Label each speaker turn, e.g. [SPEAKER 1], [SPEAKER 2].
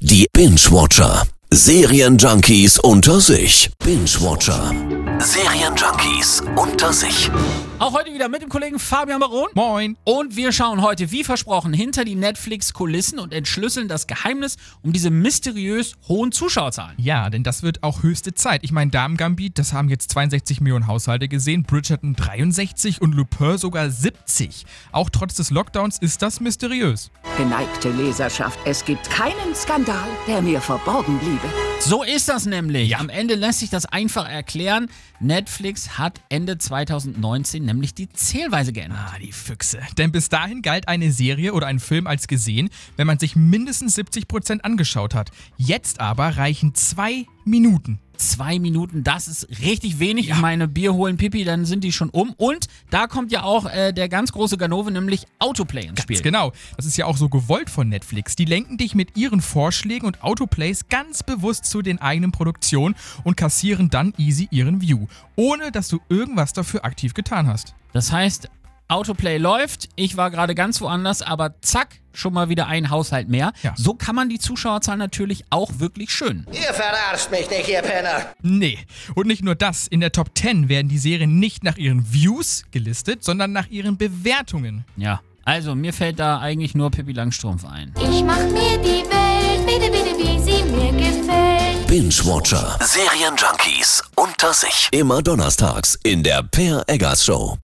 [SPEAKER 1] Die Binge-Watcher. Serienjunkies unter sich. Binge-Watcher. Serienjunkies unter sich.
[SPEAKER 2] Auch heute wieder mit dem Kollegen Fabian Baron.
[SPEAKER 3] Moin.
[SPEAKER 2] Und wir schauen heute, wie versprochen, hinter die Netflix-Kulissen und entschlüsseln das Geheimnis um diese mysteriös hohen Zuschauerzahlen.
[SPEAKER 3] Ja, denn das wird auch höchste Zeit. Ich meine, Damen Gambit, das haben jetzt 62 Millionen Haushalte gesehen, Bridgerton 63 und Lupin sogar 70. Auch trotz des Lockdowns ist das mysteriös.
[SPEAKER 4] Geneigte Leserschaft, es gibt keinen Skandal, der mir verborgen bliebe.
[SPEAKER 2] So ist das nämlich. Am Ende lässt sich das einfach erklären. Netflix hat Ende 2019 nämlich die Zählweise geändert.
[SPEAKER 3] Ah, die Füchse. Denn bis dahin galt eine Serie oder ein Film als gesehen, wenn man sich mindestens 70% angeschaut hat. Jetzt aber reichen zwei Minuten.
[SPEAKER 2] Zwei Minuten, das ist richtig wenig. Ich meine, Bier holen, Pipi, dann sind die schon um. Und da kommt ja auch äh, der ganz große Ganove, nämlich Autoplay ins Spiel.
[SPEAKER 3] Ganz genau. Das ist ja auch so gewollt von Netflix. Die lenken dich mit ihren Vorschlägen und Autoplays ganz bewusst zu den eigenen Produktionen und kassieren dann easy ihren View, ohne dass du irgendwas dafür aktiv getan hast.
[SPEAKER 2] Das heißt, Autoplay läuft, ich war gerade ganz woanders, aber zack, schon mal wieder ein Haushalt mehr.
[SPEAKER 3] Ja.
[SPEAKER 2] So kann man die Zuschauerzahl natürlich auch wirklich schön.
[SPEAKER 5] Ihr verarscht mich nicht, ihr Penner.
[SPEAKER 3] Nee. Und nicht nur das, in der Top 10 werden die Serien nicht nach ihren Views gelistet, sondern nach ihren Bewertungen.
[SPEAKER 2] Ja. Also, mir fällt da eigentlich nur Pippi Langstrumpf ein.
[SPEAKER 6] Ich mach mir die Welt, bitte, bitte, wie sie mir gefällt.
[SPEAKER 1] Binge-Watcher. Serienjunkies unter sich. Immer donnerstags in der Per Eggers Show.